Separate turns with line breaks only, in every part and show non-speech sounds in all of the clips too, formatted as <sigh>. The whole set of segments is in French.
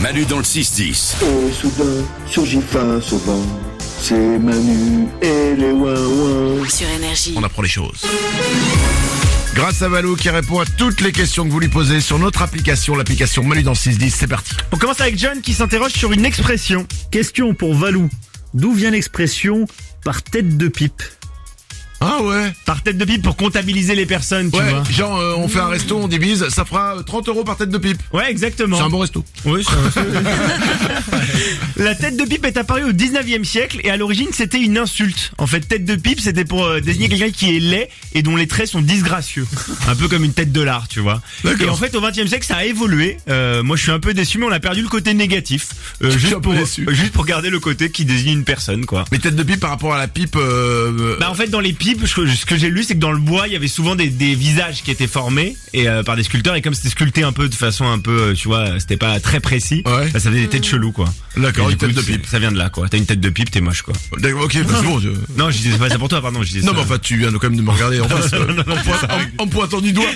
Manu dans le 6-10.
Et Euh, soudain, surgit face au vent. C'est Manu et les ouin-ouin.
sur énergie.
On apprend les choses.
Grâce à Valou qui répond à toutes les questions que vous lui posez sur notre application, l'application Manu dans le 610. C'est parti.
On commence avec John qui s'interroge sur une expression.
Question pour Valou. D'où vient l'expression par tête de pipe
Ah ouais
Par tête de pipe pour comptabiliser les personnes, tu
Ouais,
vois.
genre euh, on fait un resto, on divise, ça fera euh, 30 euros par tête de pipe.
Ouais, exactement.
C'est un bon resto.
Oui, c'est un- <laughs> La tête de pipe est apparue au 19e siècle et à l'origine c'était une insulte. En fait, tête de pipe c'était pour euh, désigner quelqu'un qui est laid et dont les traits sont disgracieux. Un peu comme une tête de lard, tu vois.
D'accord.
Et en fait, au 20e siècle, ça a évolué. Euh, moi, je suis un peu déçu, mais on a perdu le côté négatif. Euh,
Je suis
juste,
un peu
pour,
déçu.
juste pour garder le côté qui désigne une personne, quoi.
Mais tête de pipe par rapport à la pipe... euh,
Bah en fait dans les pipes, je- ce que j'ai lu c'est que dans le bois il y avait souvent des, des visages qui étaient formés et euh, par des sculpteurs et comme c'était sculpté un peu de façon un peu euh, tu vois c'était pas très précis,
Ouais.
bah, ça faisait des têtes cheloues quoi.
D'accord,
Et du
une tête
coup,
de
c'est-
pipe.
Ça vient de là quoi. T'as une tête de pipe t'es moche quoi.
D'accord, <laughs> ok, bah, c'est bon. je-
Non je disais pas ça pour toi pardon je disais
Non
ça.
mais enfin tu viens de- quand même de me regarder <laughs> en face euh, en, pointant- en pointant du <laughs> doigt.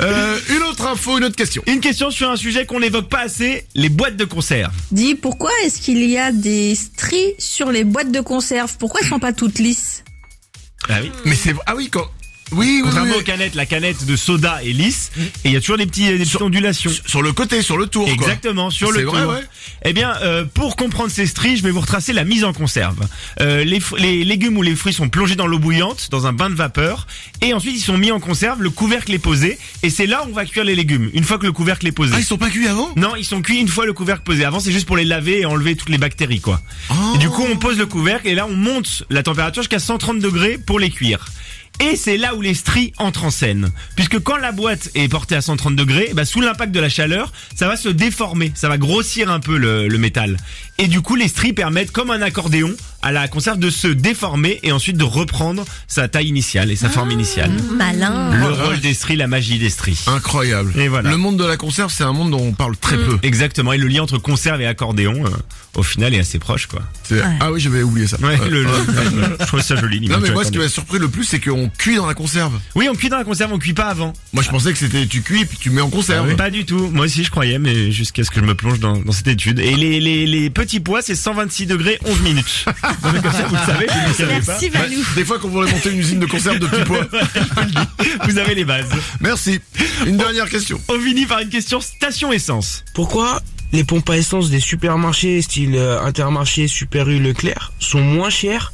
Euh, une autre info, une autre question.
Une question sur un sujet qu'on n'évoque pas assez les boîtes de conserve.
Dis, pourquoi est-ce qu'il y a des stries sur les boîtes de conserve Pourquoi elles sont pas toutes lisses
Ah oui.
Mais c'est... Ah oui, quand... Oui, oui, oui,
Contrairement
oui. Mm.
aux canettes la canette de soda est lisse et il y a toujours des petits euh, des petites ondulations.
Sur le côté, sur le tour. quoi.
Exactement, sur le
C'est vrai,
tour.
ouais.
Eh bien, euh, pour comprendre ces stries, je vais vous retracer la mise en conserve. Euh, les, fr- les légumes ou les fruits sont plongés dans l'eau bouillante, dans un bain de vapeur, et ensuite ils sont mis en conserve, le couvercle est posé, et c'est là où on va cuire les légumes, une fois que le couvercle est posé.
Ah, ils sont pas cuits avant
Non, ils sont cuits une fois le couvercle posé. Avant, c'est juste pour les laver et enlever toutes les bactéries, quoi.
Oh.
Et du coup, on pose le couvercle et là, on monte la température jusqu'à 130 degrés pour les cuire. Et c'est là où les stries entrent en scène. Puisque quand la boîte est portée à 130 degrés, bah, sous l'impact de la chaleur, ça va se déformer, ça va grossir un peu le, le métal. Et du coup, les stries permettent, comme un accordéon, à la conserve de se déformer et ensuite de reprendre sa taille initiale et sa forme initiale.
Malin.
Le
Oh la
rôle
vache.
des stries, la magie des stries.
Incroyable.
Et voilà.
Le monde de la conserve, c'est un monde dont on parle très peu.
<laughs> Exactement, et le lien entre conserve et accordéon, euh, au final, est assez proche, quoi. Euh,
C'est- Ah oui, j'avais oublié ça.
Ouais, <laughs>
Ouais.
le- le- je trouve ça joli. l'image
Non mais
de
moi, ce qui
l'accordéon.
m'a surpris le plus, c'est qu'on cuit dans la conserve.
Oui, on cuit dans la conserve, on cuit pas avant. Euh,
Moi, je pensais que c'était tu cuis puis tu mets en conserve.
Pas du tout. Moi aussi, je croyais, mais jusqu'à ce que je me plonge dans, dans cette étude. Et les, les, les petits pois, c'est 126 degrés 11 minutes. <laughs> Non, mais comme ça, vous le savez, vous ne le savez pas.
Ouais, Des fois, qu'on voulait monter une usine de conserve de petits pois.
<laughs> Vous avez les bases.
Merci. Une dernière question.
On finit par une question station essence.
Pourquoi les pompes à essence des supermarchés, style euh, Intermarché, Super U, Leclerc, sont moins chères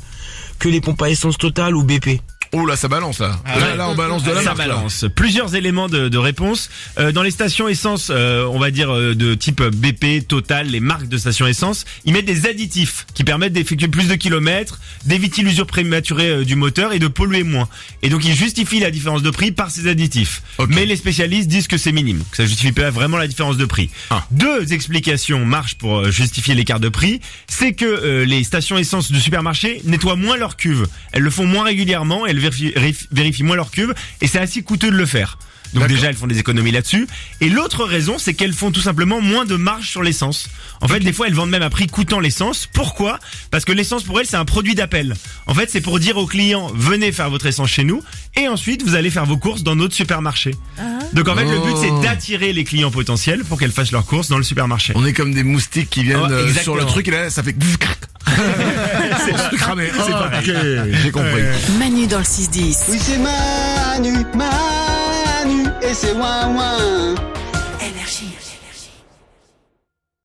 que les pompes à essence Total ou BP
Oh là, ça balance là.
Ah
là,
ouais.
là, on balance de la
Ça
marque, là.
balance. Plusieurs éléments de, de réponse. Euh, dans les stations essence, euh, on va dire euh, de type BP, Total, les marques de stations essence, ils mettent des additifs qui permettent d'effectuer plus de kilomètres, d'éviter l'usure prématurée euh, du moteur et de polluer moins. Et donc ils justifient la différence de prix par ces additifs.
Ok.
Mais les spécialistes disent que c'est minime, que ça justifie pas vraiment la différence de prix.
Ah.
Deux explications marchent pour euh, justifier l'écart de prix. C'est que euh, les stations essence de supermarché nettoient moins leurs cuves. Elles le font moins régulièrement, elles vérifient, vérif- vérifient moins leurs cuves et c'est assez coûteux de le faire. Donc
D'accord.
déjà elles font des économies là-dessus. Et l'autre raison c'est qu'elles font tout simplement moins de marge sur l'essence. En fait des fois elles vendent même à prix coûtant l'essence. Pourquoi Parce que l'essence pour elles c'est un produit d'appel. En fait c'est pour dire aux clients venez faire votre essence chez nous et ensuite vous allez faire vos courses dans notre supermarché. Donc en fait le but
Oh.
c'est d'attirer les clients potentiels pour qu'elles fassent leurs courses dans le supermarché.
On est comme des moustiques qui viennent
Oh,
euh, sur
exactement.
le truc et là, ça
<laughs>
fait. <laughs> c'est cramé. C'est Oh, J'ai compris.
Manu dans le 6-10.
Oui, c'est Manu, Manu, et c'est ouin ouin.